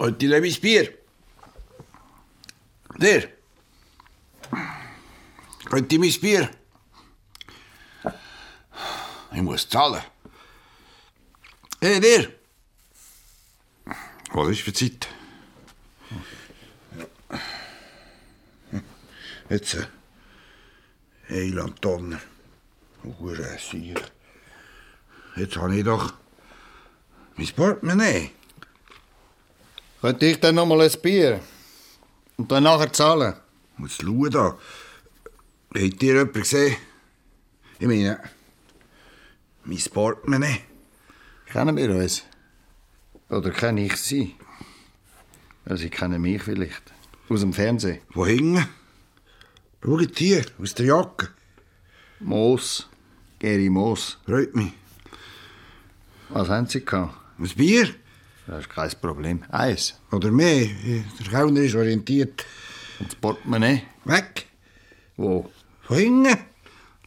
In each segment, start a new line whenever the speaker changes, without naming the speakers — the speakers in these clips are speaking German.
Ottilevis bier. There. Ottilevis bier. Je moest zahlen. Hé, hey, der. Was ist für die Zeit? Jetzt. äh, Heiland Donner. Hure Sier. Jetzt habe ich doch mein Portemonnaie.
Könnte ich dann nochmal ein Bier? Und dann nachher zahlen?
Muss schauen da. Habt ihr jemanden gesehen? Ich meine, mein Portemonnaie.
Kennen wir uns? Oder kenne ich sie? Ja, sie kennen mich vielleicht. Aus dem Fernsehen.
Wo hängen? Schaut hier, aus der Jacke.
Moos. Gary Moos.
Freut mich.
Was haben sie gehabt?
Ein Bier?
Das ist kein Problem. Eis.
Oder mehr? Der Kellner ist orientiert.
Und das Portemonnaie.
Weg.
Wo?
Von hinten.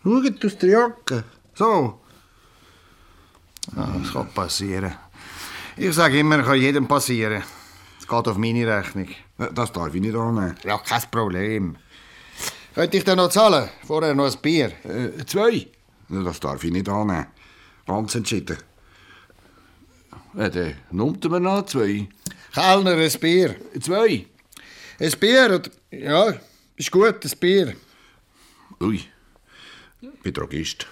Schaut aus der Jacke. So.
Ah, das kann passieren. Ich sage immer, kann jedem passieren. Es geht auf meine Rechnung.
Äh, Das darf ich nicht annehmen.
Ja, kein Problem. Könnte ich dann noch zahlen? Vorher noch ein Bier.
Äh, zwei? Ja, Das darf ich nicht annehmen. Ganz entschieden. Ja, Äh, dann nimmt man noch zwei.
Kellner, ein Bier.
Zwei?
Ein Bier, oder? Ja, ist gut, ein Bier.
Ui. Ich bin Drogist.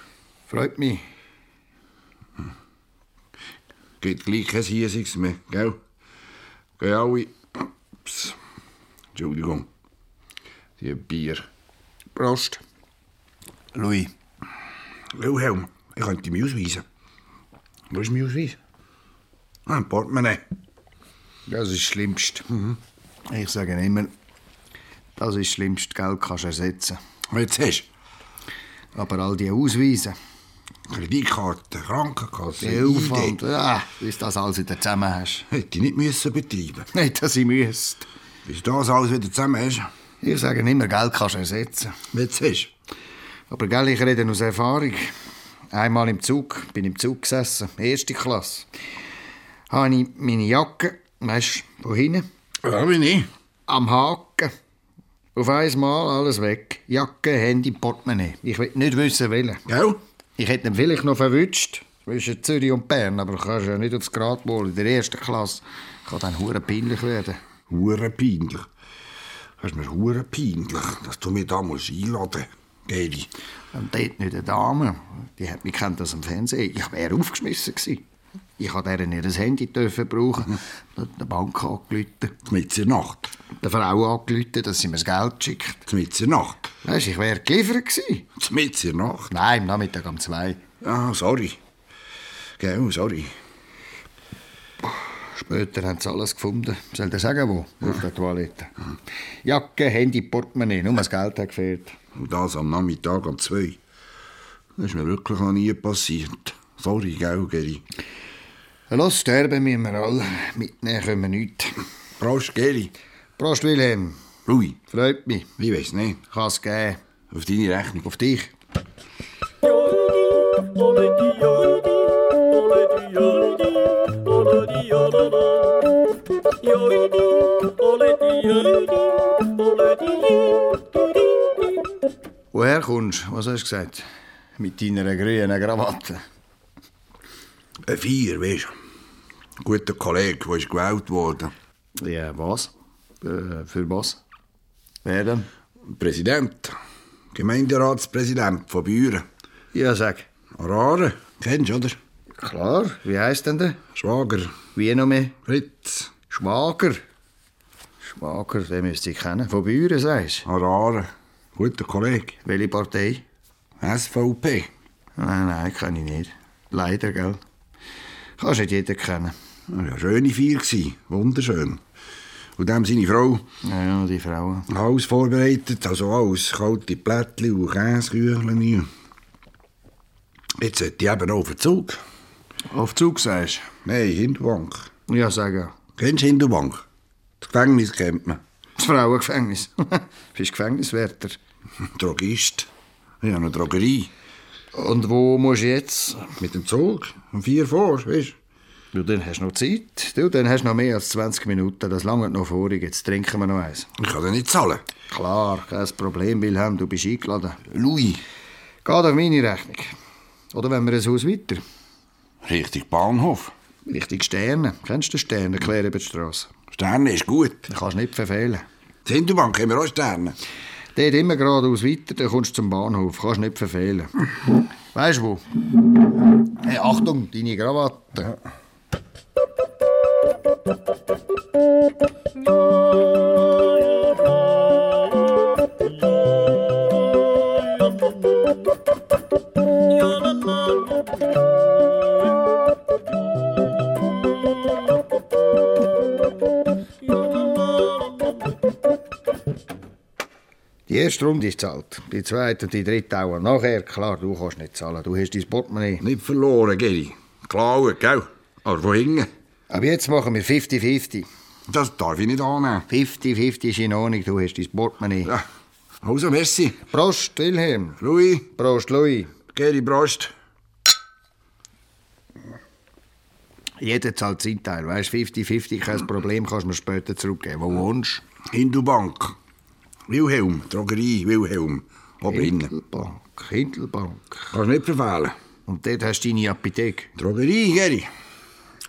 Freut mich.
Geht gleich kein Hiesiges mehr, gell? Gehen alle... Ups. Entschuldigung. Die Bier.
Prost. Louis.
Wilhelm, ich könnte mich ausweisen. Wo ist mein Ausweis? Ah, ein Portemonnaie.
Das ist das Schlimmste. Mhm. Ich sage immer, das ist das Schlimmste. Geld kannst du ersetzen.
Jetzt hast
Aber all die Ausweise,
du Kreditkarte, Krankenkasse,
der Aufwand, ah, bis das alles wieder zusammen hast.
Hätte ich nicht müssen betreiben
Nicht, dass ich müsste.
Bis du das alles wieder zusammen hast.
Ich sage immer, Geld kannst du ersetzen.
Jetzt hast
Aber gell, ich rede aus Erfahrung. Einmal im Zug, bin im Zug gesessen, erste Klasse. Habe ich meine Jacke, weißt du, von hinten,
du. Ja, bin ich.
am Haken. Auf einmal alles weg. Jacke, Handy, Portemonnaie. Ich will nicht wissen, welche.
Gell?
Ich hätte ihn vielleicht noch verwünscht. Zwischen Zürich und Bern, aber du kannst ja nicht aufs Gratwohl in der ersten Klasse. Kann dann hure peinlich werden.
Hure peinlich. Das ist mir hure peinlich, dass du mich da musst einladen musst. Geli.
Und dort nicht eine Dame. Die hat mich kennt aus dem Fernsehen. Ich wäre aufgeschmissen gewesen. Ich habe deren ihr Handy dürfen brauchen. Dann hat die Bank angerufen,
Mitten in der Nacht.
der Frau angerufen, dass sie mir das Geld schickt.
Mitten in der Nacht.
Weisst, ich wäre geliefert gewesen.
Mitten in der Nacht.
Nein, am Nachmittag um zwei.
Ah, sorry. Gell, sorry.
Später haben sie alles gefunden. Soll der sagen, wo? Auf der Toilette. Jacke, Handy, Portemonnaie. Nur das Geld hat gefehlt.
Und das am Nachmittag um zwei. Das ist mir wirklich noch nie passiert. Sorry, gell, Geri.
Los sterben müssen wir alle. Mitnehmen können wir nichts.
Prost, Geri.
Prost, Wilhelm.
Louis,
Freut mich.
ich weiß nicht.
Kann es geben.
Auf deine Rechnung.
Auf dich. Woher kommst du? Was hast du gesagt? Mit deiner grünen Krawatte.
Ein Äh, Vier, weißt du. Ein guter Kollege, der ist gewählt worden.
Ja, was? Äh, für was? Wer denn?
Präsident. Gemeinderatspräsident von Büren.
Ja, sag.
Arare, kennst du, oder?
Klar. Wie heißt denn der?
Schwager,
Wie noch mehr?
Fritz,
Schwager. Schwager, den müsst ihr kennen. Von Büren, sagst du?
Arare. Ah, Guter Kollege.
Welche Partei?
SVP.
Nein, nein, kann ich nicht. Leider, gell? Kannst nicht jeder kennen.
Ah, Ja, schöne Vier gsi, wunderschön. Und dem seine Frau.
Ja, ja, die Frauen.
Alles vorbereitet, also alles. Kalte Plättchen und Käsekücheln. Jetzt sollte ich eben auch auf den Zug.
Auf Zug sagst
Nein, Hindubank.
Ja, sag ja.
Kennst du Hindubank? Das Gefängnis kennt man.
Das Frauengefängnis. Bist Gefängniswärter.
Drogist. Ich habe eine Drogerie.
Und wo musst du jetzt?
Mit dem Zug. Um vier vor, weißt
Ja, dann hast du noch Zeit. Du, dann hast du noch mehr als 20 Minuten. Das lange noch vorig. Jetzt trinken wir noch eins.
Ich kann ja nicht zahlen.
Klar, kein Problem, Wilhelm. Du bist eingeladen.
Louis,
Geht auf meine Rechnung. Oder wenn wir ein Haus weiter.
richtig Bahnhof.
Richtung Sterne. Kennst du den Sterne? Quer über die Straße.
Sterne ist gut.
Den kannst du nicht verfehlen.
Die Hinterbank haben wir auch Sterne.
Dort immer geradeaus weiter, dann kommst du zum Bahnhof. Kannst nicht verfehlen. Weißt du wo? Hey, Achtung, deine Krawatte. Die erste Runde ist zahlt. Die zweite und die dritte auch. Nachher, klar, du kannst nicht zahlen. Du hast dein Portemonnaie.
Nicht verloren, Geri. Klauen, gell? Aber von hinten.
Aber jetzt machen wir 50-50.
Das darf ich nicht annehmen.
50-50 ist in Ordnung, du hast dein Portemonnaie.
Ja. Also, merci.
Prost, Wilhelm.
Louis,
Prost, Louis.
Geri Brust.
Jeder zahlt seinen Teil. Weißt 50-50, kein Problem, kannst du mir später zurückgeben. Wo wohnst
Hindubank. Wilhelm, Drogerie Wilhelm. Oben innen.
Hindelbank. Hindelbank.
Kannst nicht verfehlen.
Und dort hast du deine Apotheke.
Drogerie, Geri.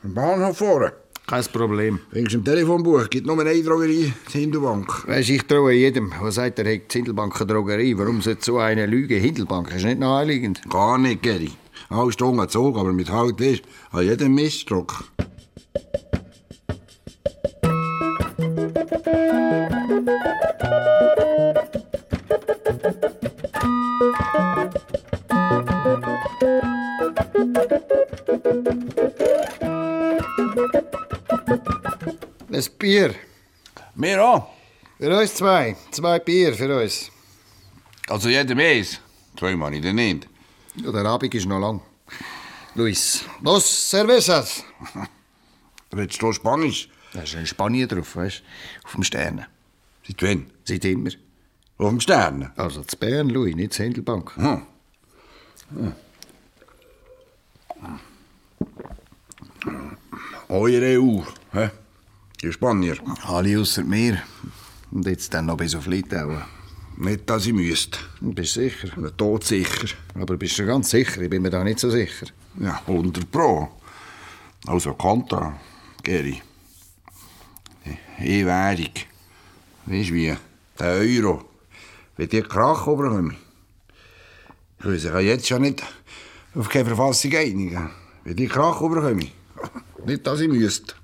Am Bahnhof vorne.
Kein Problem.
Fängst im Telefonbuch, gibt nur eine Drogerie, die Hindubank.
Weisst, ich traue jedem, der sagt, er hat die Hindelbank eine Drogerie. Warum sollte so eine Lüge? Hindelbank ist nicht naheliegend.
Gar nicht, Geri. Alle Stunden gezogen, aber mit Halt ist an jedem Mistdruck.
Ein Bier.
Mir auch.
Für uns zwei. Zwei Bier für uns.
Also jedem eins. Zwei Mann ich denn nicht.
Ja, der Abend ist noch lang. Luis. Los, Cervezas.
Redst du Spanisch?
Da ist in Spanien drauf, weißt du? Auf dem Stern.
Seit wann?
Seit immer.
Auf dem Stern.
Also zu Bern, Louis, nicht zu Hindelbank.
Hm. Eure EU, hä? Die Spanier.
Alle außer mir. Und jetzt dann noch bis auf Litauen.
Nicht, dass ich müsste.
Bist du sicher?
Aber Todsicher.
Aber bist du ganz sicher? Ich bin mir da nicht so sicher.
Ja, 100 pro. Also Konto, Geri. Ich Währung. Weißt wie? Der Euro. Wenn die Krach überkommen. Ich will sich ja jetzt schon nicht auf keine Verfassung einigen. Wenn die Krach überkommen. Nicht, dass ich müsste.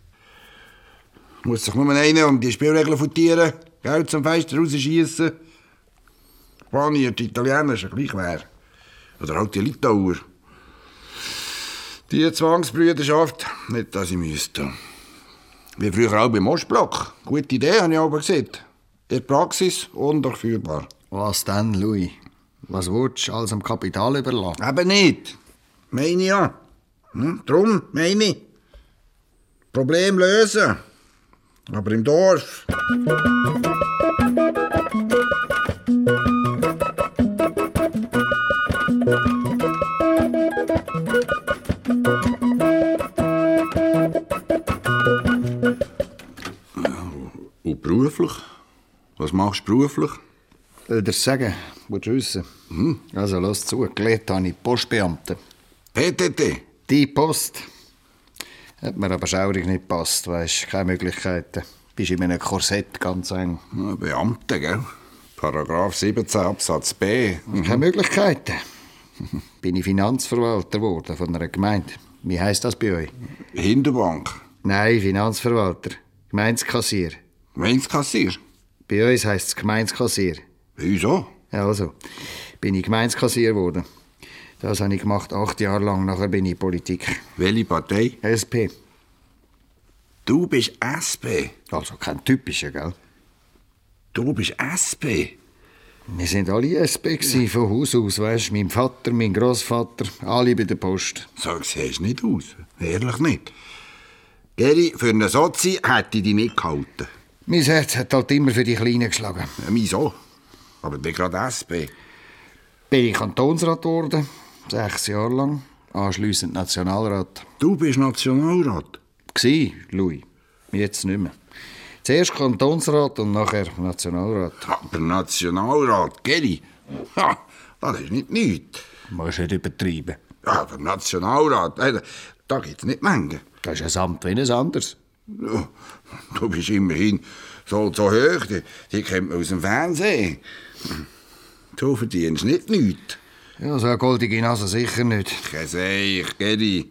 Muss sich nur einer um die Spielregeln futieren, Geld zum Fenster rausschießen. Spanier, die Italiener, ist ja gleich wer. Oder halt die Litauer. Die Zwangsbrüderschaft, nicht, dass ich müsste. Wie früher auch beim Ostblock. Gute Idee, habe ich aber gesehen. In der Praxis undurchführbar.
Was denn, Louis? Was willst du alles am Kapital überlassen?
Eben nicht. Meine ja. Hm? Drum, meine ich. Problem lösen. Aber im Dorf. Und beruflich? Was machst du beruflich?
Soll dir sagen? Willst du wissen? Also, lass zu. Gelernt habe ich Postbeamte.
PTT.
Die Post. Hat mir aber schaurig nicht gepasst, weisst Keine Möglichkeiten. Bist in einem Korsett ganz eng.
Ja, Beamte, gell? Paragraph 17 Absatz B.
Keine Möglichkeiten. Bin ich Finanzverwalter geworden von einer Gemeinde. Wie heisst das bei euch?
Hinterbank.
Nein, Finanzverwalter. Gemeindekassier.
Gemeinskassier.
Bei uns heisst es Gemeindekassier.
Wieso?
Ja, also, bin ich Gemeindekassier geworden. Das habe ich gemacht, acht Jahre lang. Nachher bin ich Politik.
Welche Partei?
SP.
Du bist SP.
Also kein typischer, gell?
Du bist SP.
Wir sind alle SP gsi, von Haus aus, weisst Mein Vater, mein Großvater, alle bei der Post.
So siehst du nicht aus. Ehrlich nicht. Geri, für einen Sozi hätte ich dich nicht gehalten.
Mein Herz hat halt immer für die Kleinen geschlagen.
Ja, Meins auch. Aber ich bin gerade SP.
Bin ich Kantonsrat geworden, sechs Jahre lang. anschliessend Nationalrat.
Du bist Nationalrat.
Gsi, Louis. Jetzt nicht mehr. Zuerst Kantonsrat und nachher Nationalrat.
Aber Nationalrat, Geri? Ha, das ist nicht nichts.
Musst nicht übertreiben.
Ja, aber Nationalrat, äh, da gibt's nicht Menge.
Das ist ein Amt wie ein anderes.
Ja, Du bist immerhin so, so hoch, die, die kennt man aus dem Fernsehen. Du verdienst nicht nichts.
Ja, so eine goldige Nase sicher nicht.
Ich sage, ich, Geri,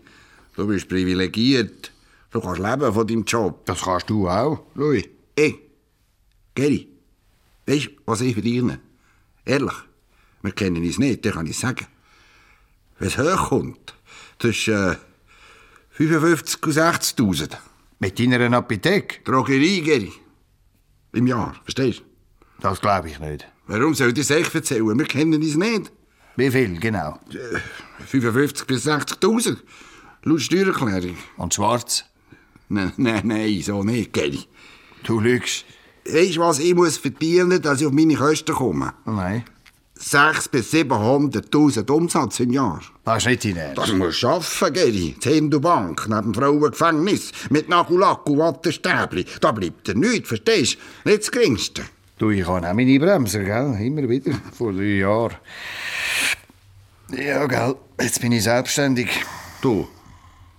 du bist privilegiert. Du kannst leben von deinem Job.
Das kannst du auch, Louis.
Ey, Geri, weißt du, was ich verdiene? Ehrlich, wir kennen uns nicht, das kann ich sagen. Wenn es hochkommt, zwischen äh, 55.000 und 60.000.
Mit deiner Apotheke?
Drogerie, Geri. Im Jahr, verstehst du?
Das glaube ich nicht.
Warum soll ich das echt erzählen? Wir kennen uns nicht.
Wie viel, genau?
55 Eh, bis 60.000. Laut Steuererklärung.
Und schwarz?
Nein, nein, nein, so nicht, Geri.
Du lügst.
Weisst du, was ich muss verdienen, dass ich auf meine Kosten komme?
Nein.
6 bis 700.000 Umsatz im Jahr.
Das ist nicht dein Ernst.
Das musst du schaffen, Geri. Die Hindu-Bank, neben dem Frauengefängnis, mit Nagellack und Wattestäbli. Da bleibt dir nichts, verstehst du? Nicht das Geringste.
Du, ich habe auch meine Bremser, gell? Immer wieder. Vor drei Jahren. Ja, gell. Jetzt bin ich selbstständig.
Du,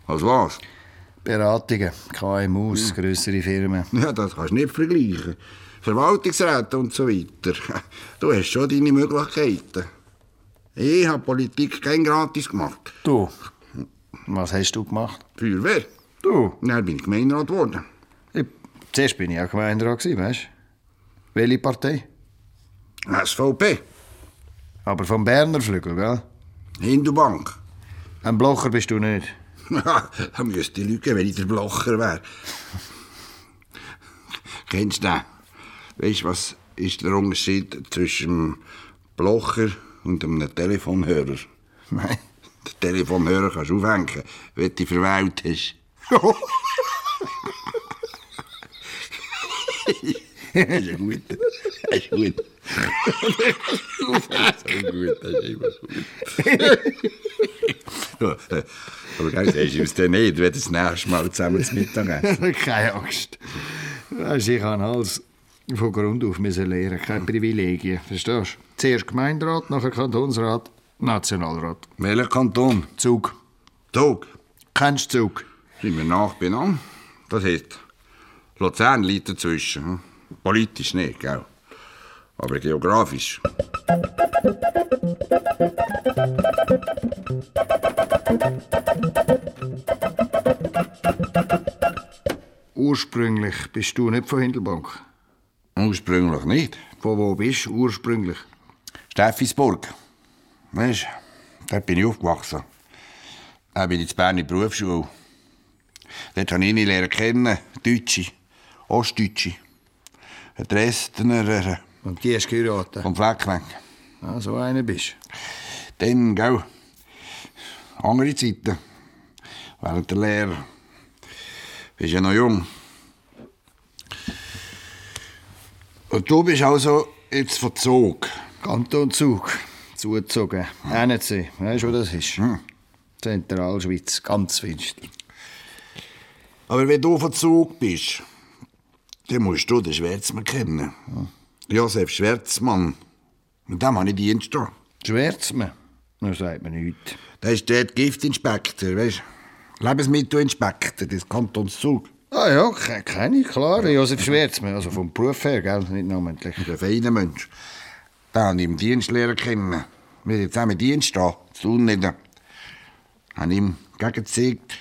was was?
Beratungen, KMUs, größere Firmen.
Ja, das kannst du nicht vergleichen. Verwaltungsräte und so weiter. Du hast schon deine Möglichkeiten. Ich habe Politik kein gratis gemacht.
Du, was hast du gemacht?
Für wer?
Du.
Dann bin ich Gemeinderat geworden.
Ich, zuerst bin ich auch Gemeinderat, gewesen, weißt du? Welche Partei?
SVP,
Aber vom Berner Flügel, gell?
Hindubank.
Ein Blocher bist du nicht.
da müsste ich lügen, wenn ich der Blocher wäre. Kennst du den? Weißt du, was ist der Unterschied zwischen dem Blocher und einem Telefonhörer?
Nein.
Den Telefonhörer kannst du aufhängen, wenn du dich verwählt hast. Das ist gut. Das ist gut. Das ist so gut. Das ist immer so gut. Ja, äh, Aber ganz ehrlich, ist es denn nicht, wenn das nächste Mal zusammen zu Mittag essen.
Keine Angst. Weißt, ich habe alles von Grund auf müssen lernen. Keine Privilegien, verstehst du? Zuerst Gemeinderat, nachher Kantonsrat, Nationalrat.
Welcher Kanton?
Zug.
Tog.
Kennst du Zug?
Sind wir nach benannt? Das heißt, Luzern liegt dazwischen. hm? Politisch nicht, gell? Aber geografisch.
Ursprünglich bist du nicht von Hindelbank.
Ursprünglich nicht.
Von wo bist du ursprünglich?
Steffisburg. Weißt du, dort bin ich aufgewachsen. Dann bin ich in Bern in die Berufsschule. Dort habe ich ihn lernen kennen. Deutsche. Ostdeutsche. Ein Dresdner äh,
Und die hast du geheiratet?
vom Fleck weg.
Ah, so einer bist
Dann, gell, andere Zeiten. Während der Lehre. Bist ja noch jung. Und du bist also jetzt verzogen.
Kanton Zug. Zugezogen. NC. Weißt du, wo das ist?
Hm.
Zentralschweiz. Ganz finster.
Aber wenn du verzogen bist, dann musst du den Schwärzmann kennen. Josef Schwärzmann. Mit dem habe ich Dienst da.
Schwärzmann? Da sagt man nichts.
Der ist dort Giftinspektor, weißt du? Lebensmittelinspektor des Kantons Zug.
Ah ja, ke- kenne ich, klar. Josef Schwärzmann. Also vom Beruf her, gell? Nicht namentlich.
Ein feiner Mensch. Den habe ich im Dienstlehrer kennen. Wir sind zusammen im Dienst da, zu Unneden. Habe ihm gegengezeigt,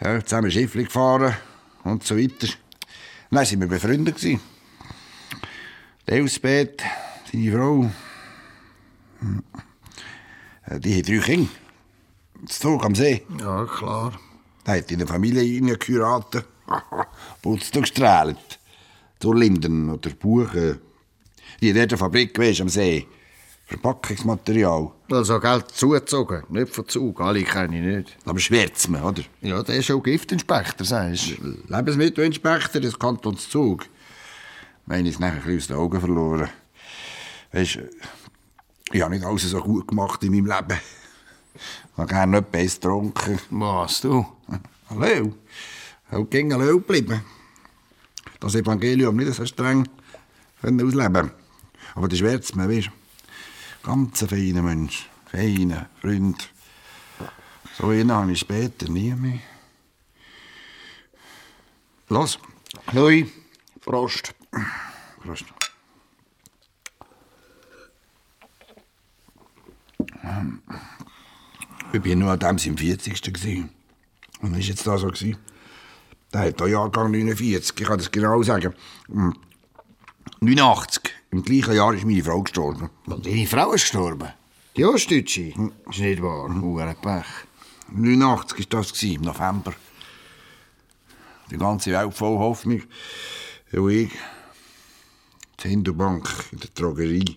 ja, zusammen Schiffli gefahren und so weiter. Dann waren wir befreundet. gewesen. Der Elsbeth, seine Frau, hm, äh, die hat drei Kinder. Das Zug am See.
Ja, klar.
Er hat in eine Familie reingeheiratet. Putztag gestrahlt. Zu Linden oder Buchen. Die hat dort eine Fabrik gewesen, am See. Verpackungsmaterial.
Also, gell, zugezogen. Nicht von Zug. Alle kenne ich nicht.
Aber Schwärzmann, oder?
Ja, der ist schon Giftinspektor, sagst du.
Lebensmittelinspektor des Kantons Zug. Meine ist nachher ein bisschen aus den Augen verloren. Weißt, ich habe nicht alles so gut gemacht in meinem Leben. Ich habe gerne etwas getrunken.
Was, du?
Hallo. Auch ging Hallo bleiben. Das Evangelium nicht so streng können ausleben Aber das schwärzt mir, weißt du. Ganz ein feiner Mensch. Feiner Freund. So einen habe ich später nie mehr. Los.
Louis, Prost.
Prost. Ich war nur an dem seinem 40. gewesen. Und ist jetzt da so gewesen? Der hat den Jahrgang 49, ich kann das genau sagen. Hm. 89, im gleichen Jahr ist meine Frau gestorben.
Deine Frau ist gestorben. Ja, Stütschi. Ist nicht wahr. Hure Pech.
89 ist das gewesen, im November. Die ganze Welt voll Hoffnung. Und ich, die Hindubank in der Drogerie,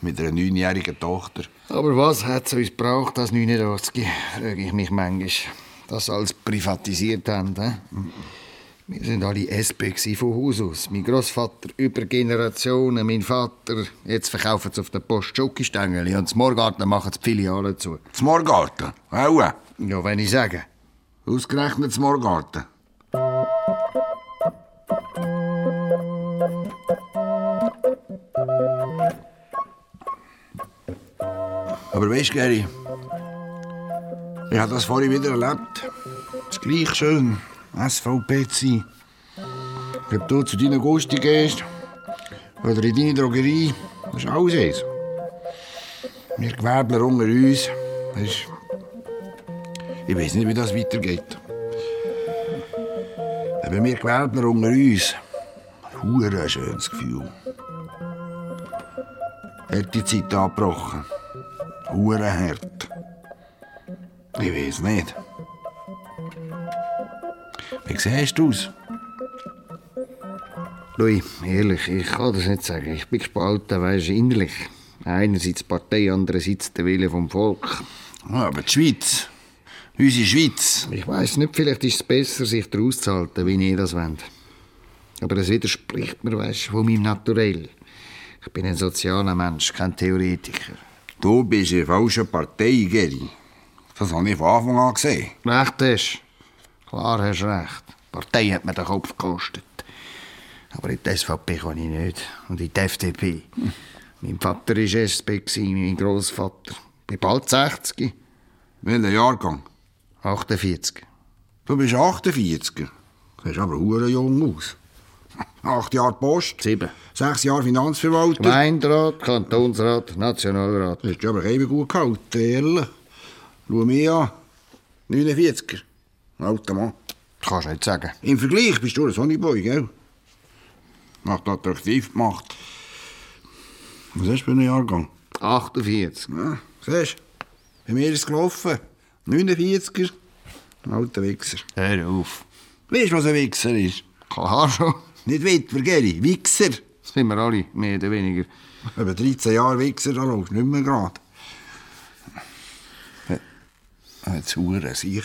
mit einer neunjährigen Tochter.
Aber was hat es uns gebraucht, das 89? frage ich mich manchmal. Das als privatisiert haben. hä? Wir sind alle SP gsi von Haus aus. Mein Großvater über Generationen, mein Vater. Jetzt verkaufen sie auf der Post Schokostängel und zum Morgarten machen sie die Filiale zu.
Zum Morgarten, auch.
Ja, wenn ich sage.
Ausgerechnet zum Morgarten. Aber weißt du, Gary, ich habe das vorhin wieder erlebt. Es gleich schön, SVP zu sein. Ob du zu deinen Gusti gehst oder in deine Drogerie, das ist alles eins. Wir Gewerbler unter uns, weisst du, ich weiß nicht, wie das weitergeht. Aber wir Gewerbler unter uns, hure ein schönes Gefühl. Hat die Zeit angebrochen. Hure hart. Ich weiß nicht. Wie siehst du aus?
Louis, ehrlich, ich kann das nicht sagen. Ich bin gespalten, weisst du, innerlich. Einerseits die Partei, andererseits der Wille vom Volk.
Ja, aber die Schweiz. Unsere Schweiz.
Ich weiß nicht, vielleicht ist es besser, sich daraus zu halten, wie ihr das wollt. Aber das widerspricht mir, weißt du, von meinem Naturell. Ich bin ein sozialer Mensch, kein Theoretiker.
Du bist in falscher Partei, Geri. Das habe ich von Anfang an gesehen.
Recht hast. Klar hast recht. Die Partei hat mir den Kopf gekostet. Aber in die SVP kann ich nicht. Und in die FDP. Mein Vater war SP, gewesen, mein Großvater. Bin bald 60,
Welcher Jahrgang?
48.
Du bist 48er. Siehst aber hure jung aus. Acht Jahre Post,
Sieben.
sechs Jahre Finanzverwalter.
Gemeinderat, Kantonsrat, Nationalrat.
Das ist aber eben gut gehalten, ehrlich. Schau mich an. 49er. Alter Mann.
Kannst du nicht sagen.
Im Vergleich bist du ein Sonnyboy, gell? Macht attraktiv gemacht. Was hast du für einen Jahrgang?
48.
Ja, siehst du? Bei mir ist es gelaufen. 49er. Ein alter Wichser.
Hör auf.
Weißt du, was ein Wichser ist?
Klar schon.
Nicht Witwer, Geri. Wichser.
Sind wir alle, mehr oder weniger.
Über 13 Jahre Wichser, da läufst du nicht mehr gerade. Jetzt hure sich.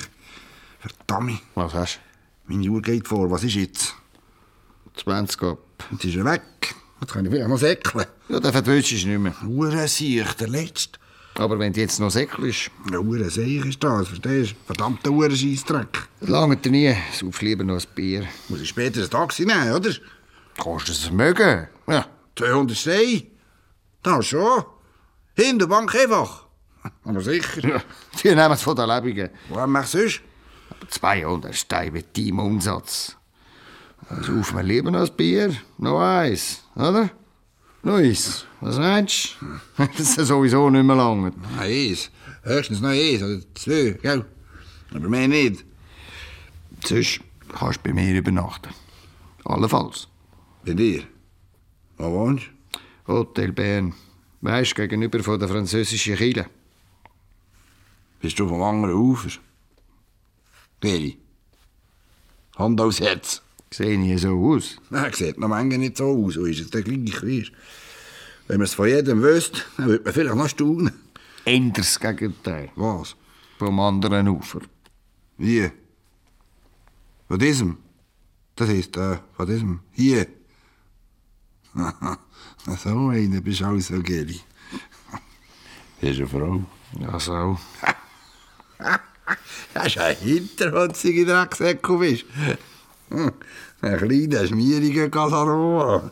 Verdammt,
Was hast
meine Uhr geht vor. Was ist jetzt?
du? 20 ab.
Jetzt ist er weg. Jetzt kann ich vielleicht noch säckeln.
Ja, den verwünschst du nicht mehr.
Hure sich, der Letzte.
Aber wenn du jetzt noch säckelst,
Ein Hure sich ist das, verstehst du? Verdammter Hure Scheissdreck.
lange dir nie. Sauf lieber noch ein Bier.
Muss ich später ein Taxi nehmen, oder?
Kannst du es mögen? Ja.
200 Steine? Das schon. Hinter Bank einfach. Aber sicher.
Die nehmen es von den Lebenden.
Woher machst du sonst?
200 Steine mit deinem Umsatz. Also auf, wir lieber noch ein Bier. Noch eins, oder? Noch eins. Was meinst du? Das ist sowieso nicht mehr lange.
Nein, eins. Höchstens noch eins oder zwei, gell? Aber mehr nicht.
Sonst kannst du bei mir übernachten. Allenfalls.
Bei dir? Wo wohnst du?
Hotel Bern. Weisst gegenüber von der französischen Kirche.
Bist du vom anderen Ufer? Geri. Hand aufs Herz.
Sehe ich so aus?
Nein, sieht noch manchmal nicht so aus. So ist es der gleich, weißt Wenn man es von jedem wüsste, dann würde man vielleicht noch staunen.
Änders Gegenteil.
Was?
Vom anderen Ufer.
Wie? Von diesem? Das heisst, äh, von diesem? Hier. Na, so einer bist du auch so, Geri. Das ist eine Frau.
Ja, so.
Das ist ein hinterhunziger Drecksäckel, bist Hm, Ein kleiner, schmieriger Casanova.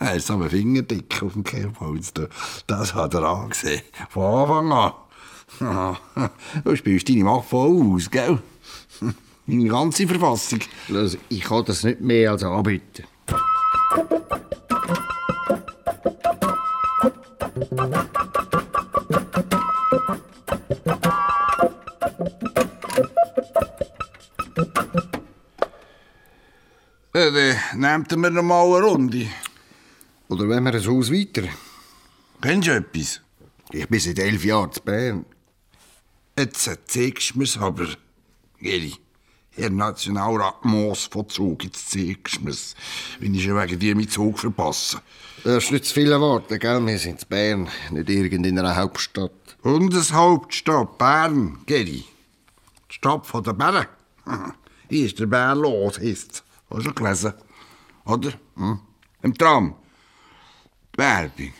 Er ist so ein Fingerdick auf dem Kerbholz. du. Das hat er angesehen. Von Anfang an. Aha. Du spielst deine Macht voll aus, gell? Deine ganze Verfassung.
Los, ich kann das nicht mehr als anbieten.
Ja, dann Äh, nehmt ihr mir noch mal eine Runde.
Oder wenn wir ein Haus weiter?
Kennst du etwas?
Ich bin seit elf Jahren zu Bern.
Jetzt zeigst du mir's aber, Geri. Herr Nationalrat Moos von Zug, jetzt zeigst du mir's. Wenn ich schon wegen dir meinen Zug verpasse.
Das ist nicht zu viele Worte, gell? Wir sind zu Bern, nicht irgendeiner Hauptstadt.
Bundeshauptstadt Bern, Geri. Die Stadt von der Bären. Hm. Hier ist der Bär los, ist. Hast du gelesen? Oder? Hm? Im Tram. Die Werbung.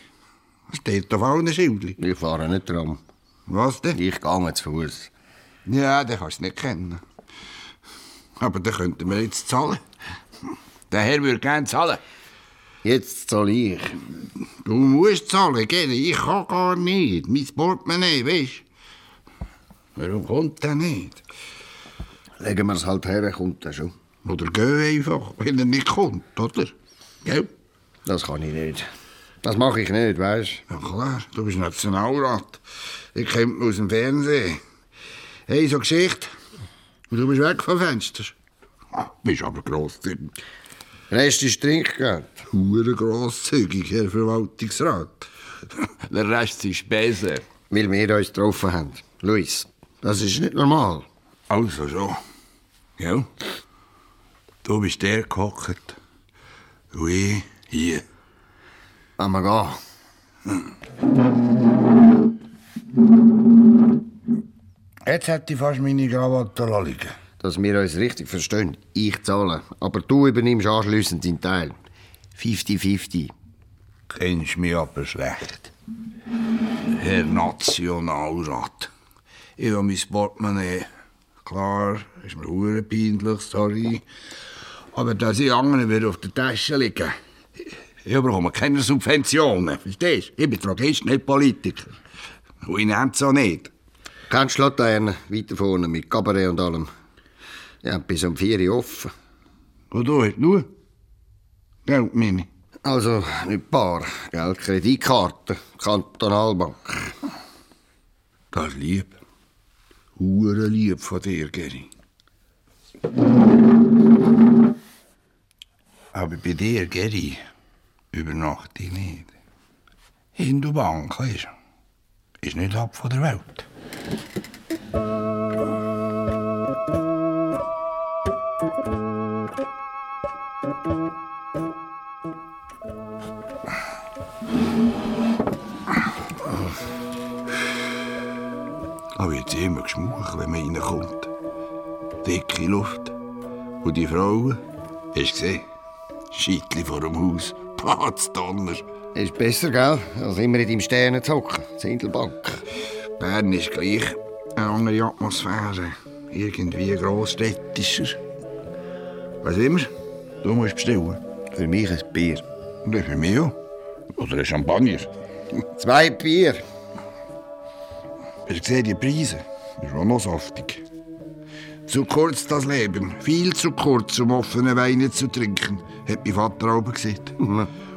Steht auf allen Schildern.
Ich fahre nicht drum.
Was denn?
Ich gehe zu Fuß.
Ja, den kannst du nicht kennen. Aber den könnten wir jetzt zahlen. Der Herr würde gerne zahlen.
Jetzt soll ich.
Du musst zahlen, gell? Ich kann gar nicht. Mein Portemonnaie, weißt du? Warum kommt der nicht?
Legen wir es halt her, kommt das schon.
Oder geh einfach, wenn er nicht kommt, oder? Gell?
Das kann ich nicht. Das mache ich nicht, weißt
Ja klar, du bist Nationalrat. Ich kenne mich aus dem Fernsehen. Hey, so Geschichte. Und du bist weg vom Fenster. Ah, Bist aber grosszügig.
du? Rest ist Trinkgeld.
Hure grosszügig, Herr Verwaltungsrat.
Der Rest ist Spesen.
Weil wir uns getroffen haben. Luis, das ist nicht normal.
Also schon. Gell? Du bist der gehockt. Und ich hier.
Wenn wir gehen.
Jetzt hätte ich fast meine Krawatte liegen
Dass wir uns richtig verstehen. Ich zahle. Aber du übernimmst anschliessend deinen Teil. 50-50.
Kennst mich aber schlecht. Herr Nationalrat. Ich habe mein Portemonnaie. Klar, ist mir hure peinlich, sorry. Aber dass ich anderen würde auf der Tasche liegen. Ich bekomme keine Subventionen, verstehst du? Ich bin Drogist, nicht Politiker. Und ich nehme es auch nicht.
Kennst du Laternen? Weiter vorne mit Kabarett und allem. Ja, bis um 4 Uhr offen.
Und du hast nur Geld, Mimi.
Also, nicht Bar, gell? Kreditkarte, Kantonalbank.
Das ist lieb. Hure lieb von dir, Geri. Aber bei dir, Geri, übernachte ich nicht. Hindu Bank, weißt du, ist nicht ab von der Welt. Aber jetzt immer geschmuch, wenn man reinkommt. Dicke Luft. Und die Frauen, hast du gesehen? Schiedli vor dem Haus. Platzdonner.
Ist besser, gell? Als immer in deinem Sternen zu hocken. Zindelbank.
Bern ist gleich eine andere Atmosphäre. Irgendwie grossstädtischer. Was immer, du musst bestellen.
Für mich ein Bier.
Und das für mich auch. Oder ein Champagner.
Zwei Bier.
Ich sehe die Preise. Ist auch noch saftig. Zu kurz das Leben. Viel zu kurz, um offene Weine zu trinken, hat mein Vater oben gesagt.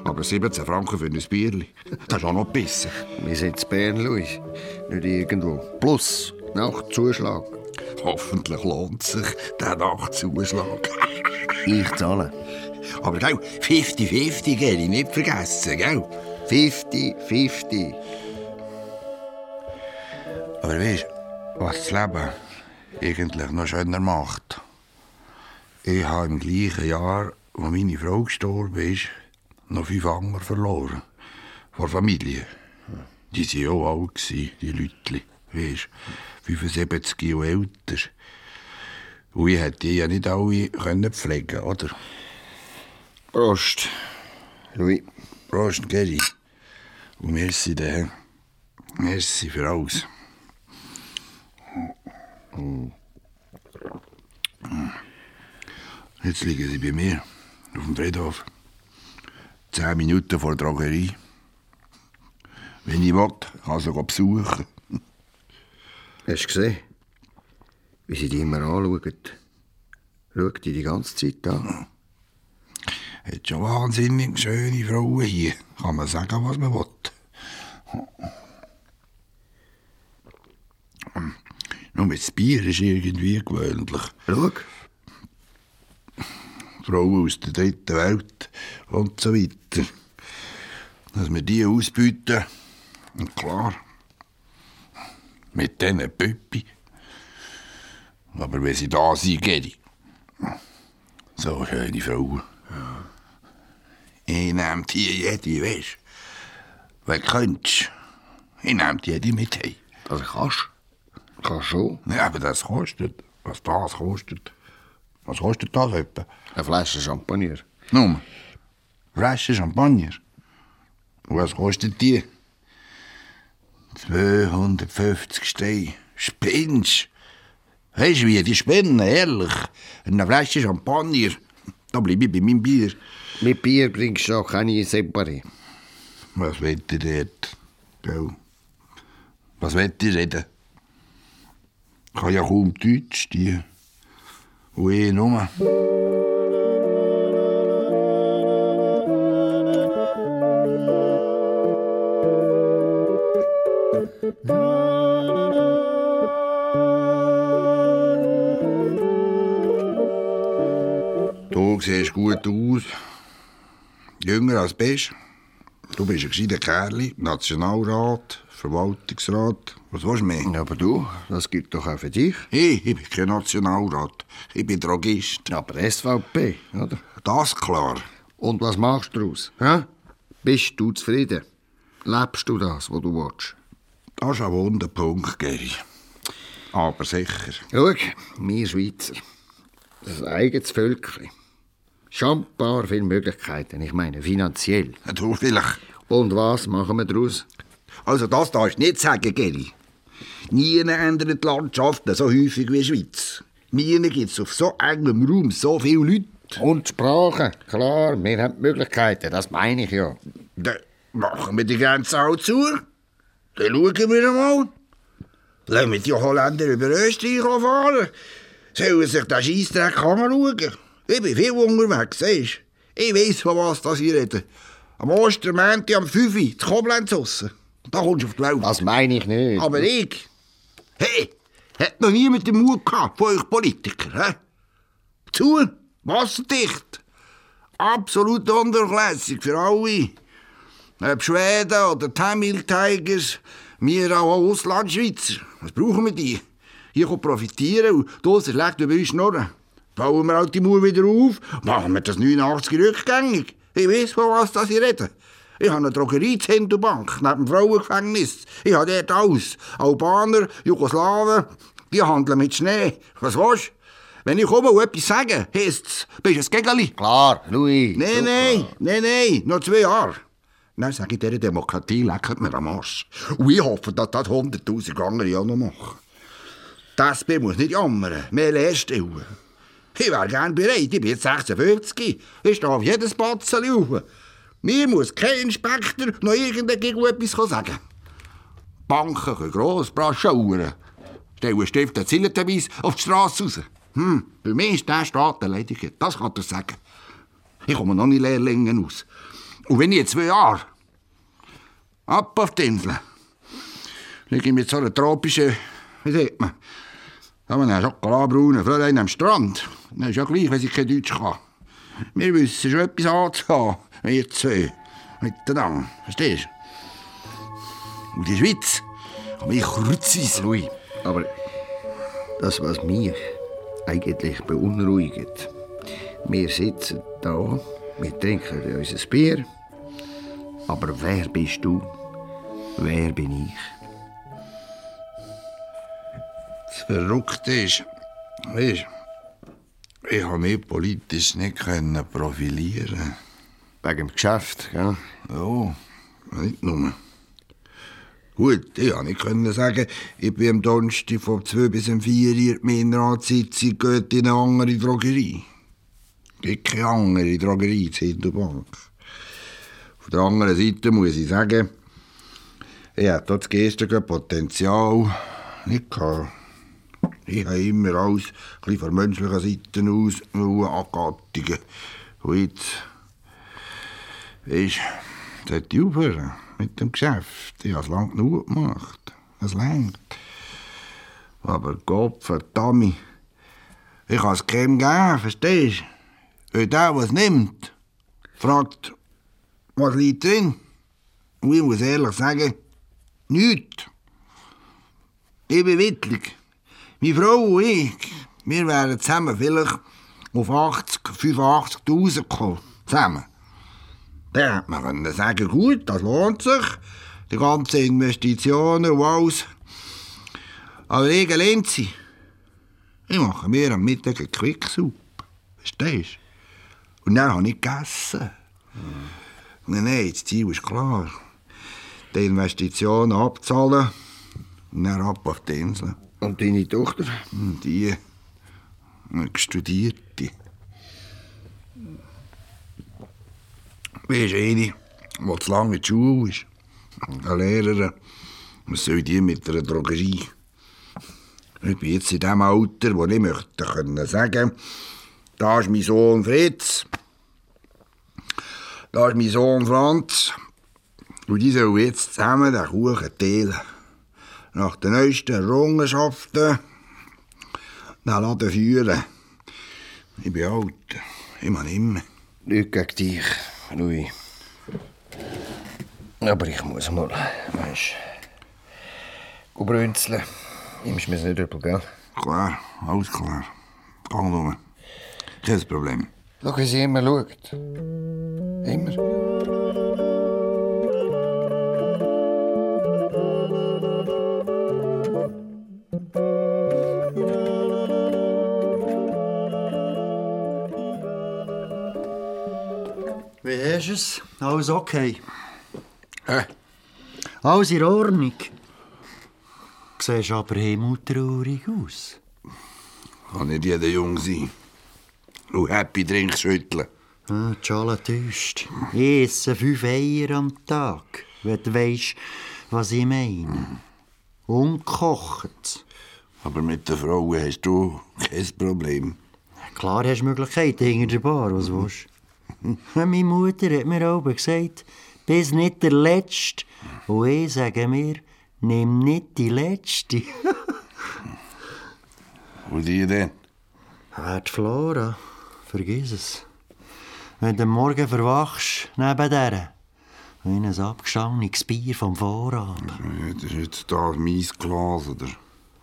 Aber 17 Franken für ein Bierli. Das ist auch noch besser.
Wir sind in Bern, Luis. Nicht irgendwo. Plus Nachtzuschlag.
Hoffentlich lohnt sich der Nachtzuschlag.
Ich zahle.
Aber gell, 50-50, Geri, nicht vergessen, gell?
50-50.
Aber weißt du, was das Leben eigentlich noch schöner macht? Ich habe im gleichen Jahr, wo meine Frau gestorben ist, noch fünf Anger verloren. Von Familie. Die waren ja auch alt, gewesen, die Leute. Weißt du, 75 und älter. Und ich hätte die ja nicht alle können pflegen oder?
Prost. Luis.
Prost, Geri. Und merci, der. Merci für alles. Jetzt liegen sie bei mir, auf dem Friedhof. Zehn Minuten vor der Drogerie. Wenn ich will, kann ich sie besuchen.
Hast du gesehen? Wie sie dich immer anschauen. Schaut dich die ganze Zeit an.
Hat schon wahnsinnig schöne Frauen hier. Kann man sagen, was man will. Hm. Hm. Nur mit das Bier ist irgendwie gewöhnlich.
Schau,
Frauen aus der dritten Welt und so weiter. Dass wir die ausbieten, und klar, mit diesen Püppi. Aber wenn sie da sind, geht ich. So schöne Frauen. Ich nehme die jede, weißt du? Wenn du könntest, ich nehme die jede mit heim.
das Also kannst du. Kannst schon.
Ja, aber das kostet. Was das kostet. Was kostet das etwa?
Eine Flasche Champagner.
Nun, Flasche Champagner. Und Was kostet die? 250 Steine. Spinnst? Weißt du wie, die spinnen, ehrlich. Eine Flasche Champagner. Da bleibe ich bei meinem Bier.
Mit Bier bringst du auch keine Separé.
Was wollt ihr dort? Gell? Was wollt ihr reden? Ich kann ja kaum Deutsch, die. Und ich nur. Du siehst gut aus. Jünger als bist. Du bist ein gescheiter Kerl, Nationalrat, Verwaltungsrat. Was willst du mehr?
Aber du, das gilt doch auch für dich.
Ich, ich bin kein Nationalrat. Ich bin Drogist.
Aber SVP, oder?
Das klar.
Und was machst du daraus? Hä? Bist du zufrieden? Lebst du das, was du willst?
Das ist ein wunder Punkt, Gary. Aber sicher.
Schau, wir Schweizer. Das ist ein eigenes Völkchen. Schambar viele Möglichkeiten, ich meine finanziell.
Du vielleicht.
Und was machen wir daraus?
Also das darfst du nicht sagen, Gary. Nie ändern die Landschaften so häufig wie die Schweiz. Nie gibt es auf so engem Raum so viele Leute.
Und Sprache, klar, wir haben Möglichkeiten, das meine ich ja.
Dann machen wir die Grenze auch zu. Dann schauen wir mal. Lassen wir die Holländer über Österreich fahren. Sollen sich den Scheissdreck anschauen. Ich bin viel unterwegs, siehst du. Ich weiss, von was das hier reden. Am Ostermänti am 5 Uhr, in Koblenz raus. Da kommst du auf die Welt.
Das meine ich nicht.
Aber ich... Hey, hat noch niemand den Mut gehabt von euch Politikern, hä? Zu, wasserdicht. Absolut undurchlässig für alle. Ob Schweden oder Tamil Tigers, wir auch Auslandschweizer. Was brauchen wir die? Hier kann profitieren und das ist schlecht über uns schnurren. Bauen wir halt die Mauer wieder auf, machen wir das 89 rückgängig. Ich weiß, von was das hier reden. Ich habe eine Drogerie in Hinterbank, neben dem Frauengefängnis. Ich habe dort alles. Albaner, Jugoslawen, die handeln mit Schnee. Was willst du? Wenn ich komme und etwas sage, heisst es, bist du ein Gegeli.
Klar, Louis.
Nein, nein, nein, nein, noch zwei Jahre. Dann sage ich, dieser Demokratie leckert mir am Arsch. Und ich hoffe, dass das 100'000 andere auch noch machen. Das SP muss nicht jammern, mehr Lehrstellen. Ich wäre gern bereit, ich bin jetzt 56, ich stehe auf jedes Batzen auf. Mir muss kein Inspektor noch irgendein gegen etwas sagen. Banken können gross braschauen. Stellen Stifte zillerterweise auf die Straße raus. Hm, bei mir ist der Staat erledigt, das kann er sagen. Ich komme noch nicht Lehrlingen aus. Und wenn ich in zwei Jahren ab auf die Insel liege ich mit so einer tropischen, wie sagt man, so einem schokoladenbraunen Fräulein am Strand. Das ist ja gleich, wenn ich kein Deutsch kann. Wir wissen schon etwas anzugehen, wir zwei, miteinander, verstehst du? Und die Schweiz, aber ich kreuze es.
Louis, aber das, was mich eigentlich beunruhigt. Wir sitzen da, wir trinken unser Bier. Aber wer bist du? Wer bin ich?
Das Verrückte ist, weißt, ich habe mich politisch nicht können profilieren.
Wegen dem Geschäft, gell?
Ja, nicht nur. Gut, ich konnte nicht können sagen, ich bin am Donnerstag von 2 bis um 4 Uhr in meiner Ansitzung geht in eine andere Drogerie. Gibt keine andere Drogerie in Hinterbank. Auf der anderen Seite muss ich sagen, ich hatte dort gestern Potenzial nicht gehabt. Ich habe immer alles ein bisschen von menschlicher Seite aus nur angattigen. Und jetzt, weisst du, sollte ich aufhören mit dem Geschäft. Ich habe es lange genug gemacht. Es längt. Aber Gott verdammt, ich kann es keinem geben, verstehst du? Und der, was nimmt, fragt, was liegt drin? Und ich muss ehrlich sagen, nichts. Ich bin wittlig. Meine Frau und ich, wir wären zusammen vielleicht auf 80, 85.000 gekommen. Zusammen. Dann hätte man können sagen gut, das lohnt sich. Die ganzen Investitionen und alles. Aber ich Lenzi, ich mache mir am Mittag eine Quicksuppe. Verstehst du? Und dann habe ich gegessen. Hm. Nein, nein, das Ziel ist klar. Die Investitionen abzahlen und dann ab auf die Insel.
Und deine Tochter?
Und die eine Studierte. Weisst du, eine, die zu lange in der Schule ist, eine Lehrerin, was soll die mit einer Drogerie? Ich bin jetzt in dem Alter, wo ich möchte können sagen, da ist mein Sohn Fritz, da ist mein Sohn Franz, und die sollen jetzt zusammen den Kuchen teilen. Nach den neuesten Errungenschaften den Laden führen. Ich bin alt, ich mag nicht mehr.
Nicht gegen dich, Louis. Aber ich muss mal, weißt du. Brünzeln. Nimmst du mir nicht übel, gell?
Klar, alles klar. Gang nur. Kein Problem.
Schau, wie sie immer schaut. Immer.
Wie hast du es? Alles okay?
Hä?
Alles in Ordnung. Du siehst aber himmeltraurig aus.
Kann nicht jeder jung sein. Und Happy Drink schütteln.
Ah, die Schale täuscht. Ich esse fünf Eier am Tag, wenn du weisst, was ich meine. Ungekocht.
Aber mit der Frau hast du kein Problem.
Klar hast du Möglichkeiten hinter der Bar, was willst du? Meine Mutter hat mir oben gesagt, bist nicht der Letzte. Und ich sage mir, nimm nicht die Letzte.
Und die dann?
Ah, die Flora, vergiss es. Wenn du am morgen verwachst, neben der, wie ein abgestandenes Bier vom Vorabend.
Ja, das ist jetzt da mein Glas oder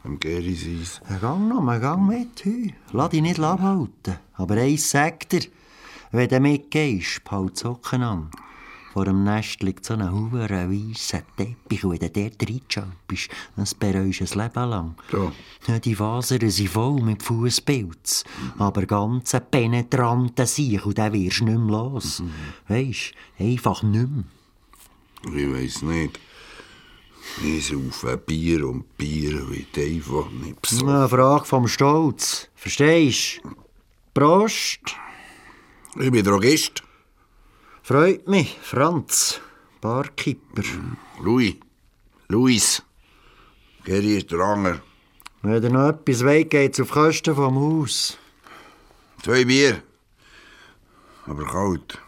am Geri sein.
Ja, gang noch, gang mit. hü. Lass dich nicht abhalten. Aber eins sagt dir, wenn du mitgehst, behalt die Socken an. Vor dem Nest liegt so ein hoher, weisser Teppich. Und wenn du dort reinjumpst, das bereust du ein Leben lang.
So.
Ja, die Fasern sind voll mit Fußpilz, aber ganz ein penetranter Sieg und den wirst du nicht mehr los. Weisst, einfach nicht mehr.
Ich weiß nicht. Ich saufe Bier und Bier wie die einfach nicht
Das ist
besoffen.
eine Frage vom Stolz. Verstehst du? Prost!
Ich bin Drogist.
Freut mich, Franz. Barkeeper.
Louis. Luis. Geri ist der Anger.
Wenn ihr noch etwas wollt, geht's auf Kosten vom Haus.
Zwei Bier. Aber kalt.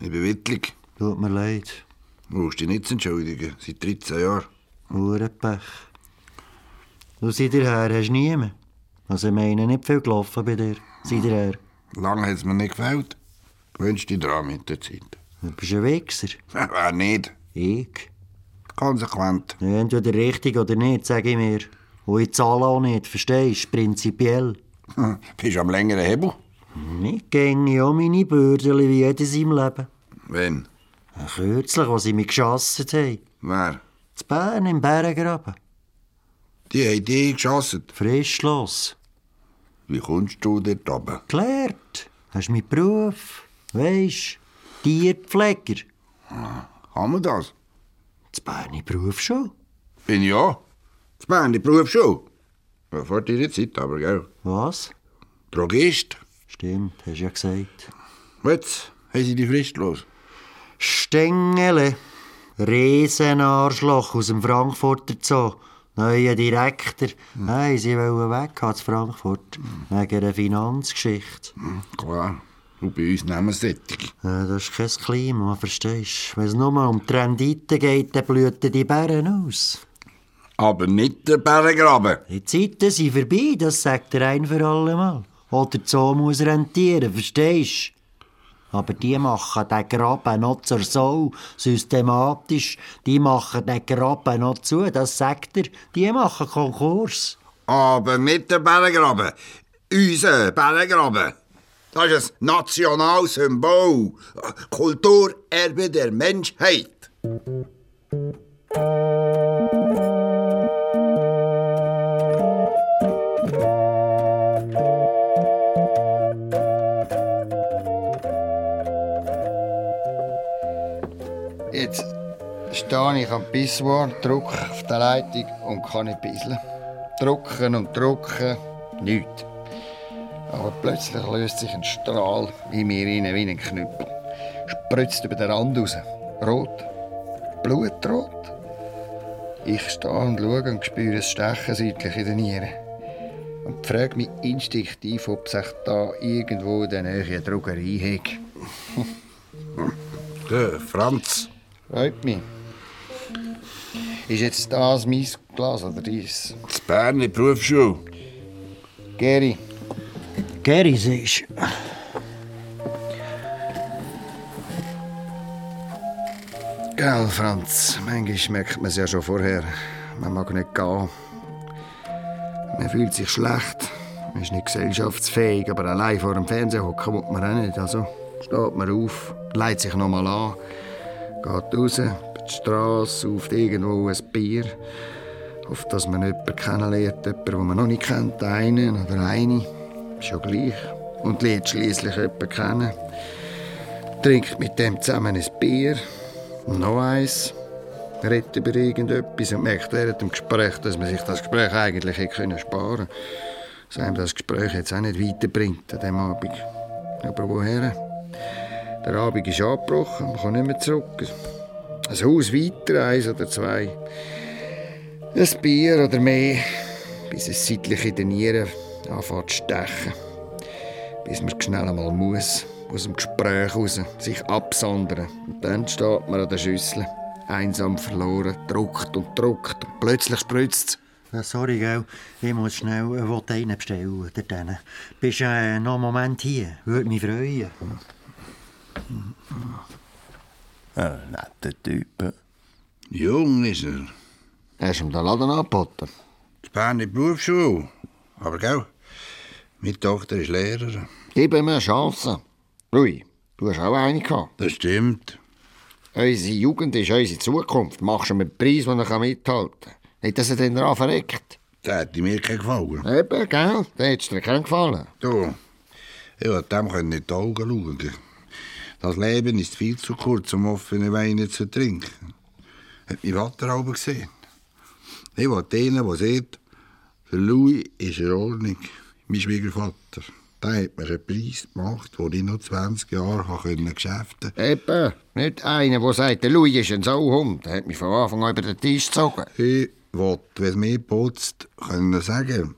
Ich bin wittlig.
Tut mir leid.
Du brauchst dich nicht zu entschuldigen. Seit 13 Jahren.
Uhrenpech. Du seid ihr her, hast du niemanden. Also, ich meine, nicht viel gelaufen bei dir. Seid ihr her.
Lange hat es mir nicht gefällt. Gewünscht dich dran mit der Zeit.
Du bist ein Wichser.
Wer nicht?
Ich?
Konsequent.
Entweder richtig oder nicht, sage ich mir. Und ich zahle auch nicht, verstehst du? Prinzipiell.
Hm, Bist am längeren Hebel?
Ich gänge auch meine Bürdeli wie jedes im Leben. Äh,
Wenn?
Kürzlich, als sie mich geschossen haben.
Wer?
Zu Bern im Bärengraben.
Die haben dich geschossen.
Frischschloss.
Wie kommst du dort runter?
Gelernt. Das ist mein Beruf. Weisst, Tierpfleger.
Kann man das?
Das Berni Beruf schon.
Bin ich auch. Das Bern, die Berufsschule. Ja, Vor deiner Zeit aber, gell?
Was?
Drogist.
Stimmt, hast ja gesagt.
Jetzt haben sie dich fristlos.
Stengele. Riesenarschloch aus dem Frankfurter Zoo. Neuer Direktor. Nein, sie wollen weg aus Frankfurt. Wegen einer Finanzgeschichte.
Klar. Und bei uns nehmen sie solche.
Ja, das ist kein Klima, verstehst du? Wenn es nur um die Rendite geht, dann blühten die Bären aus.
Aber nicht der Bärengraben.
Die Zeiten sind vorbei, das sagt er ein für alle Mal. Oder so muss rentieren, verstehst du? Aber die machen den Graben noch zur Sau, systematisch. Die machen den Graben noch zu, das sagt er. Die machen Konkurs.
Aber nicht der Bärengraben. Unser Bärengraben. Das ist ein nationales Symbol. Kulturerbe der Menschheit.
Jetzt stehe ich am Pissoir, drücke auf die Leitung und kann nicht pisseln. Drücken und drücken, nichts. Aber plötzlich löst sich ein Strahl in mir rein wie ein Knüppel. Spritzt über den Rand raus. Rot. Blutrot. Ich stehe und schaue und spüre ein Stechen seitlich in den Nieren. Und frage mich instinktiv, ob sich da irgendwo in der Nähe eine Drogerie hat.
Der Franz.
Freut mich. Ist jetzt das mein Glas oder dies?
Das Bern in die Berufsschule.
Geri,
Geri, siehst
Gell, Franz, manchmal merkt man es ja schon vorher. Man mag nicht gehen. Man fühlt sich schlecht. Man ist nicht gesellschaftsfähig, aber allein vor dem Fernseher hocken will man auch nicht. Also steht man auf, legt sich nochmal an, geht raus, über die Straße, sauft irgendwo ein Bier. Hofft, dass man jemanden kennenlernt, jemanden, den man noch nicht kennt, einen oder eine. Ist ja gleich. Und lernt schließlich jemanden kennen. Trinkt mit dem zusammen ein Bier. Noch eins. Redet über irgendetwas und merkt während dem Gespräch, dass man sich das Gespräch eigentlich hätte können sparen können. Dass einem das Gespräch jetzt auch nicht weiterbringt an diesem Abend. Aber woher? Der Abend ist abgebrochen, man kann nicht mehr zurück. Ein Haus weiter, eins oder zwei. Ein Bier oder mehr, bis es seitlich in den Nieren anfängt zu stechen. Bis man schnell einmal muss, aus dem Gespräch raus, sich absondern. Und dann steht man an der Schüssel, einsam verloren, druckt und druckt und plötzlich spritzt es.
du? Sorry, gell. Ich muss schnell äh, will einen bestellen. dort hinten. Bist äh, noch einen Moment hier? Würde mich freuen.
Ein netter Typ.
Jung ist er.
Hast du ihm den Laden angeboten?
Das Bern in die Berufsschule. Aber gell? Meine Tochter ist Lehrer.
Gib ihm eine Chance. Rui, du hast auch eine gehabt.
Das stimmt.
Unsere Jugend ist unsere Zukunft. Machst du ihm einen Preis, den er mithalten kann. Nicht, dass er den daran verreckt.
Das hätte mir keinen gefallen.
Eben, gell? Dann hättest du dir keinen gefallen.
Du, ich wollte dem können nicht die Augen schauen. Das Leben ist viel zu kurz, um offene Weine zu trinken. Hat mein Vater aber gesehen. Ich wollte denen, der sagt, für Louis ist er Ordnung. Mein Schwiegervater. Der hat mir einen Preis gemacht, den ich noch 20 Jahre habe können geschäften konnte.
Eben, nicht einer, der sagt, der Louis ist ein Sauhund. Der hat mich von Anfang an über den Tisch gezogen.
Ich wollte, wenn es mir putzt, können sagen,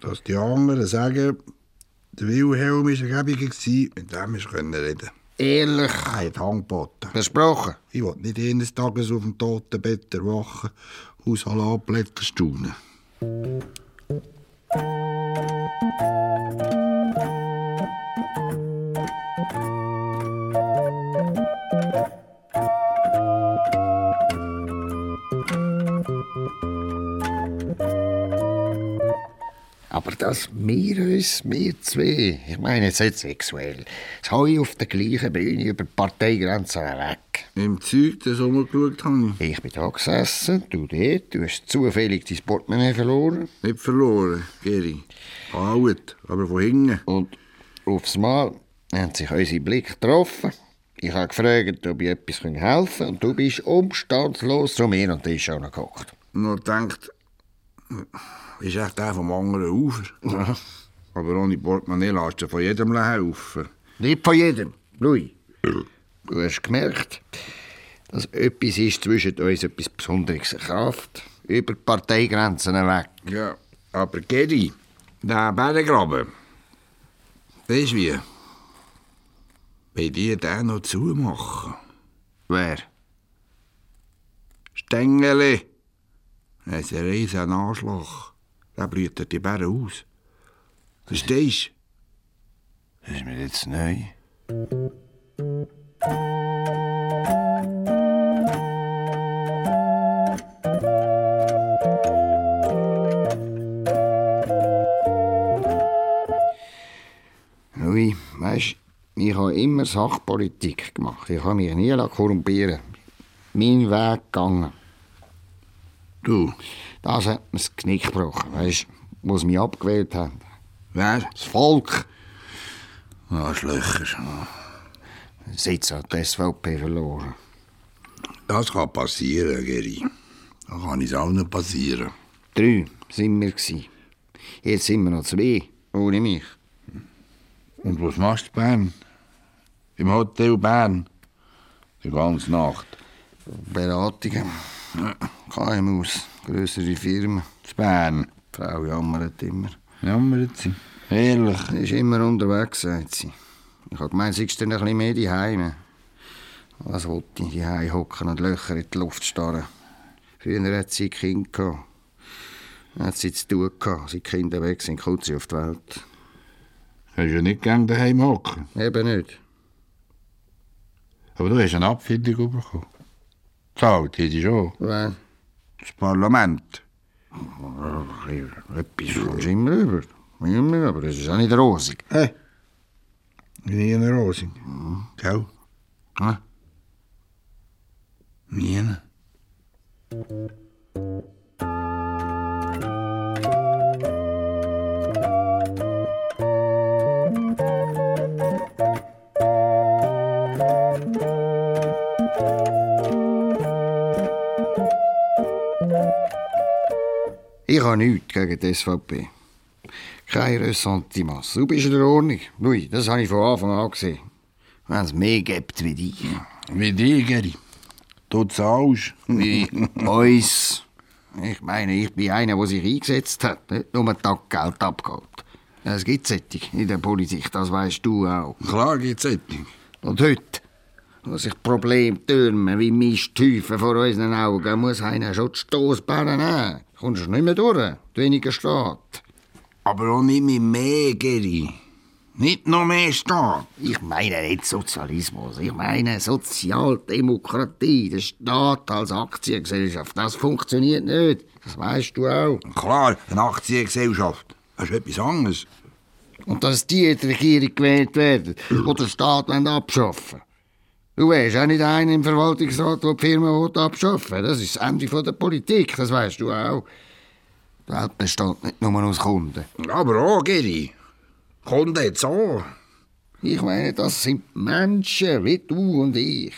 dass die anderen sagen, der Wilhelm war ein Gäbiger, gewesen, mit dem ich reden konnte.
Ehrlich,
Er hat angeboten.
versprochen.
Ich will nicht eines Tages auf dem Totenbett erwachen und Salatblätter staunen.
Aber dass wir uns, wir zwei, ich meine jetzt nicht sexuell, das Heu auf der gleichen Bühne über die Parteigrenzen weg.
Im Zeug, das rumgeschaut habe
Ich bin da gesessen, du dort, du hast zufällig dein Portemonnaie verloren.
ich. Nicht verloren, Geri. Gehauen, aber von hinten.
Und aufs Mal haben sich unsere Blicke getroffen. Ich habe gefragt, ob ich etwas helfen kann und du bist umstandslos zu mir und ist auch noch gekocht.
Nur denkt, ist echt der vom anderen Ufer. Aber ohne Portemonnaie lässt er von jedem helfen.
Nicht von jedem, Louis. Du hast gemerkt, dass etwas ist zwischen uns etwas Besonderes Kraft über die Parteigrenzen weg.
Ja, aber Gedi, der Bärengraben, weisst wie? Wenn die den noch zumachen,
Wer?
Stängeli, das ist ein riesen Anschlag. Der brütet die Bären aus. Verstehst du?
Das ist mir jetzt neu.
Louis, weißt du, ich habe immer Sachpolitik gemacht. Ich habe mich nie lassen korrumpieren Mein Weg gegangen.
Du,
Das hat mir das Knick gebrochen, weißt du, wo sie mich abgewählt haben.
wer?
Das Volk.
Ah, Schlöcher.
Den Sitz hat die SVP verloren.
Das kann passieren, Geri. Das kann uns allen passieren.
Drei sind wir. Gewesen. Jetzt sind wir noch zwei, ohne mich.
Und was machst du, Bern? Im Hotel Bern? Die ganze Nacht.
Beratungen, KMUs, größere Firmen.
Zu Bern.
Die Frau jammert immer.
Jammert sie. Ehrlich.
Sie ist immer unterwegs, sagt sie. Ich habe gemeint, sie ist dann ein bisschen mehr daheim. Was wollte ich daheim hocken und Löcher in die Luft starren? Früher hat sie Kind gehabt. Hat sie zu tun gehabt. Sind die Kinder weg, sind kurz auf die Welt.
Kannst ja nicht gerne daheim hocken.
Eben nicht.
Aber du hast eine Abfindung bekommen. Zahlt hätte ich schon.
Weil,
Das Parlament. Oh,
etwas kommst du immer rüber. Immer, aber es ist auch nicht rosig.
Hä? Nie eine Rosing. Gell? Hä? Nie eine.
Ich habe nichts gegen die SVP. Kein Ressentiments. Du bist in der Ordnung. Louis, das habe ich von Anfang an gesehen. Wenn es mehr gibt wie dich.
Wie die, Geri. Du zahlst.
Wie uns. Ich meine, ich bin einer, der sich eingesetzt hat, nicht nur Taggeld abgeholt. Es gibt solche in der Politik, das weißt du auch.
Klar gibt's etwas.
Und heute, wo sich die Probleme türmen wie Misthäufen vor unseren Augen, muss einer schon die Stossbären nehmen. Kommst du nicht mehr durch, die weniger Staat.
Aber auch nicht mit mehr, Geri. Nicht noch mehr Staat.
Ich meine nicht Sozialismus, ich meine Sozialdemokratie, der Staat als Aktiengesellschaft. Das funktioniert nicht, das weißt du auch.
Klar, eine Aktiengesellschaft. Das ist etwas anderes.
Und dass die in die Regierung gewählt werden, die den Staat wollen abschaffen Du wärst auch nicht einer im Verwaltungsrat, der die Firma will abschaffen will. Das ist das Ende von der Politik, das weißt du auch. Die Welt besteht nicht nur aus Kunden.
Aber auch, Geri. Kunden jetzt auch.
Ich meine, das sind Menschen wie du und ich.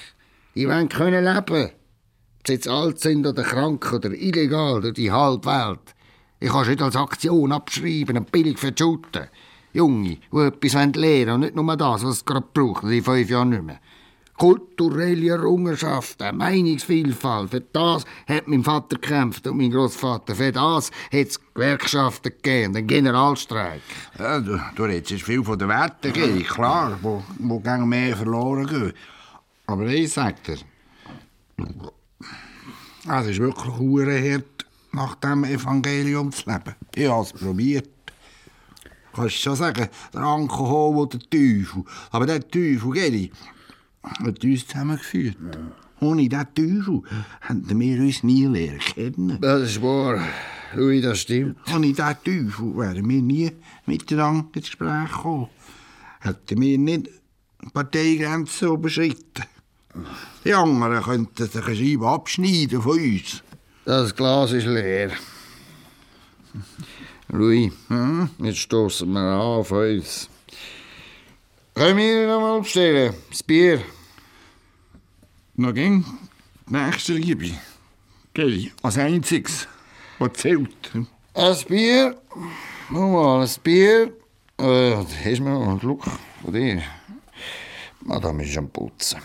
Die wollen können leben. Ob sie jetzt alt sind oder krank oder illegal durch die halbe Welt. Ich kann es nicht als Aktion abschreiben und billig verschulden. Junge, die etwas lernen wollen und nicht nur das, was sie gerade brauchen, in fünf Jahren nicht mehr. Kulturelle Errungenschaften, Meinungsvielfalt, für das hat mein Vater gekämpft und mein Großvater. Für das hat es Gewerkschaften gegeben, den Generalstreik.
Ja, du, du redest jetzt viel von den Werten, Geri. Klar, wo, wo gehen mehr verloren gehen. Aber ich sag dir, es ist wirklich hart, nach dem Evangelium zu leben. Ich habe es probiert. Kannst du schon sagen, der Alkohol oder der Teufel. Aber der Teufel, Geri, hat uns zusammengeführt. Ohne diesen Teufel hätten wir uns nie lernen kennen.
Das ist wahr. Louis, das stimmt.
Ohne diesen Teufel wären wir nie miteinander ins Gespräch gekommen. Hätten wir nicht die Parteigrenzen überschritten. Die anderen könnten sich eine Scheibe abschneiden von uns.
Das Glas ist leer. Louis, jetzt stoßen wir an auf uns. Können wir noch mal bestellen? Das Bier.
Noch ging die nächste Liebe. Gell, als einziges, was zählt.
Ein Bier. Nochmal ein Bier. Äh, hast du mir noch einen Schluck von dir? Madame ist am Putzen.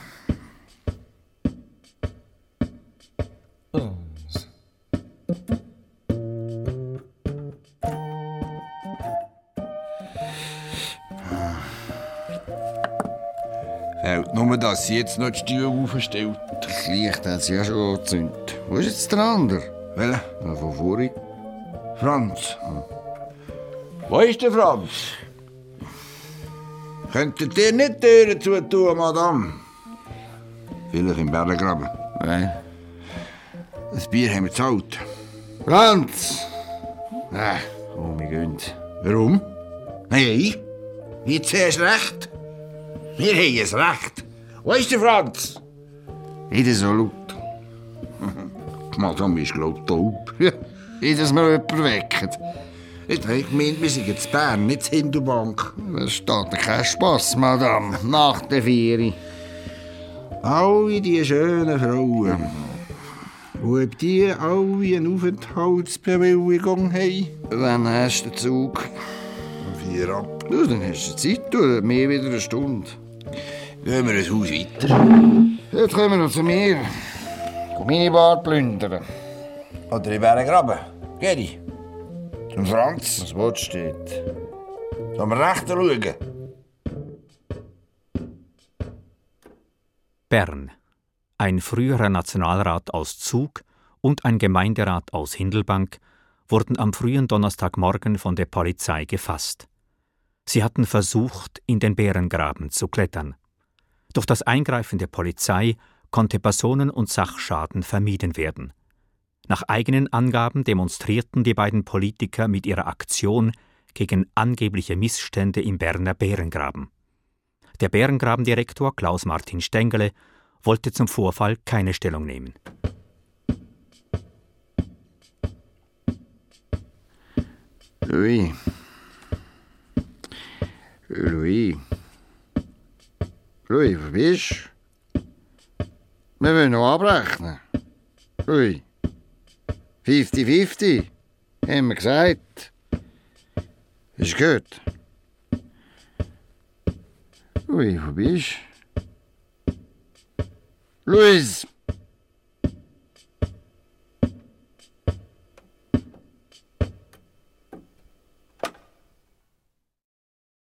Fällt nur, dass sie jetzt noch die Stühle aufstellt.
Das Licht hat sie ja schon angezündet. Wo ist jetzt der andere?
Welche?
Der von vorhin.
Franz. Wo ist der Franz? Könntet ihr nicht die Türen zutun, Madame? Vielleicht im Berlengraben.
Nein.
Das Bier haben wir gezahlt.
Franz! Nein, komm, wir gehen.
Warum? Nein, jetzt hast du recht. Wir haben es recht. Wo ist der Franz?
Nicht so laut.
Die Madame ist, glaub ich, taub.
Nicht, dass wir jemanden wecken.
Ich habe gemeint, wir sind jetzt Bern, nicht zur Hindubank.
Das steht dir kein Spass, Madame. Nach der Vieri.
Alle die schönen Frauen, die ob die alle eine Aufenthaltsbewilligung haben. Um
Wann hast du den Zug?
Vier ab.
Ja, dann hast du Zeit, du. Mehr wieder eine Stunde.
Gehen wir ein Haus weiter.
Jetzt kommen wir noch zu mir. Komm meine Bar plündern.
Oder in Bergengraben. Geri. Zum Franz.
Das Wort steht.
Zum Rechten schauen.
Bern. Ein früherer Nationalrat aus Zug und ein Gemeinderat aus Hindelbank wurden am frühen Donnerstagmorgen von der Polizei gefasst. Sie hatten versucht, in den Bärengraben zu klettern. Durch das Eingreifen der Polizei konnte Personen- und Sachschaden vermieden werden. Nach eigenen Angaben demonstrierten die beiden Politiker mit ihrer Aktion gegen angebliche Missstände im Berner Bärengraben. Der Bärengrabendirektor Klaus Martin Stengele wollte zum Vorfall keine Stellung nehmen.
Louis. Louis. Louis, wo bist du? Wir müssen noch abrechnen. Louis. 50-50. Haben wir gesagt. Ist gut. Louis, wo bist du? Louis!